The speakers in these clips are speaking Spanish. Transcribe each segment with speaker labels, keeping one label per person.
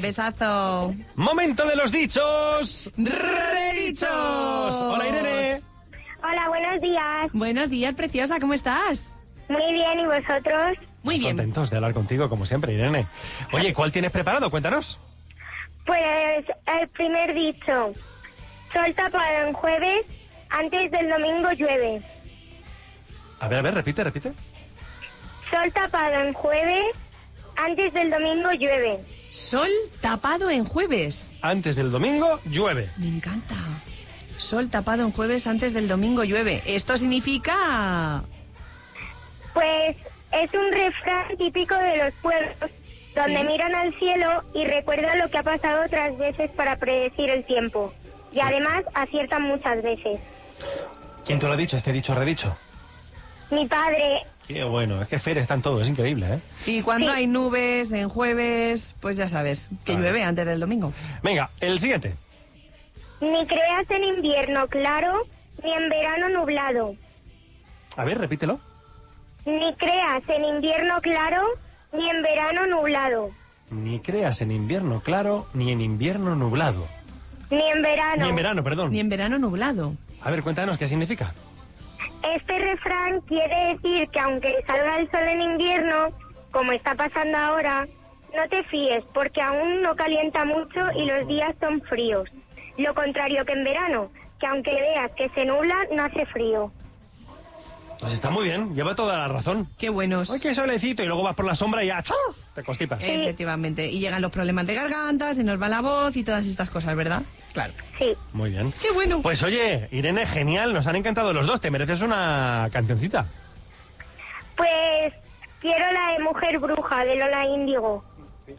Speaker 1: Besazo.
Speaker 2: Momento de los dichos. Redichos. Hola Irene.
Speaker 3: Hola, buenos días.
Speaker 1: Buenos días, preciosa, ¿cómo estás?
Speaker 3: Muy bien, ¿y vosotros?
Speaker 1: Muy bien.
Speaker 2: Contentos de hablar contigo como siempre, Irene. Oye, ¿cuál tienes preparado? Cuéntanos.
Speaker 3: Pues el primer dicho. Sol tapado en jueves, antes del domingo llueve.
Speaker 2: A ver, a ver, repite, repite.
Speaker 3: Sol tapado en jueves, antes del domingo llueve.
Speaker 1: Sol tapado en jueves.
Speaker 2: Antes del domingo llueve.
Speaker 1: Me encanta. Sol tapado en jueves antes del domingo llueve. Esto significa...
Speaker 3: Pues es un refrán típico de los pueblos, donde
Speaker 1: Sí.
Speaker 3: miran al cielo y recuerdan lo que ha pasado otras veces para predecir el tiempo. Y además aciertan muchas veces.
Speaker 2: ¿Quién te lo ha dicho? Este dicho redicho.
Speaker 3: Mi padre,
Speaker 2: Qué bueno, es que Fer está en todo, es increíble, ¿eh?
Speaker 1: Y cuando hay nubes en jueves, pues ya sabes, que
Speaker 2: Claro.
Speaker 1: llueve antes del domingo.
Speaker 2: Venga, el siguiente.
Speaker 3: ni creas en invierno claro, ni en verano nublado.
Speaker 2: A ver, repítelo.
Speaker 3: Ni creas en invierno claro, ni en verano nublado.
Speaker 2: Ni creas en invierno claro, ni en invierno nublado.
Speaker 3: Ni en verano.
Speaker 2: Ni en verano, perdón.
Speaker 1: Ah, Ni en verano nublado.
Speaker 2: A ver, cuéntanos qué significa.
Speaker 3: Este refrán quiere decir que aunque salga el sol en invierno, como está pasando ahora, no te fíes porque aún no calienta mucho y los días son fríos. Lo contrario que en verano, que aunque veas que se nubla, no hace frío.
Speaker 2: Pues está muy bien, lleva toda la razón.
Speaker 1: Qué buenos.
Speaker 2: Ay, qué solecito, y luego vas por la sombra y ya ¡chus! te constipas.
Speaker 1: Efectivamente. Y llegan los problemas de garganta, se nos va la voz y todas estas cosas, ¿verdad? Claro.
Speaker 3: Sí.
Speaker 2: Muy bien.
Speaker 1: Qué bueno.
Speaker 2: Pues oye, Irene, genial, nos han encantado los dos. Te mereces una cancioncita.
Speaker 3: Pues quiero la de Mujer Bruja de Lola Índigo.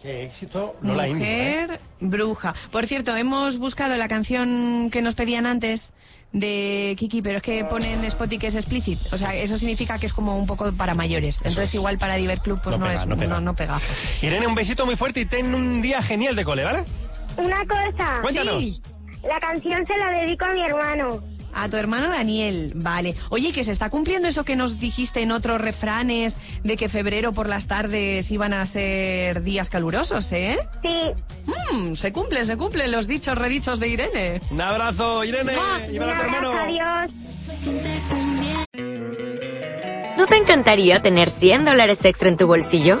Speaker 2: Qué éxito,
Speaker 1: Mujer bruja. Por cierto, hemos buscado la canción que nos pedían antes de Kiki, pero es que pone en Spotify que es explicit. O sea, eso significa que es como un poco para mayores. Entonces,
Speaker 2: es.
Speaker 1: igual para Diver Club, pues
Speaker 2: No
Speaker 1: no,
Speaker 2: pega,
Speaker 1: es,
Speaker 2: no
Speaker 1: no,
Speaker 2: pega.
Speaker 1: no pega.
Speaker 2: ¿eh? Irene, un besito muy fuerte y ten un día genial de cole, ¿vale?
Speaker 3: Una cosa,
Speaker 2: Cuéntanos.
Speaker 1: Ah, Sí.
Speaker 3: la canción se la dedico a mi hermano.
Speaker 1: A tu hermano Daniel, vale. Oye, que se está cumpliendo eso que nos dijiste en otros refranes de que febrero por las tardes iban a ser días calurosos, ¿eh?
Speaker 3: Sí,
Speaker 1: Mm, se cumplen, se cumplen los dichos redichos de Irene.
Speaker 2: Un abrazo, Irene.
Speaker 1: Ah,
Speaker 2: y
Speaker 3: un
Speaker 2: para tu hermano.
Speaker 3: abrazo, adiós.
Speaker 4: ¿No te encantaría tener 100 dólares extra en tu bolsillo?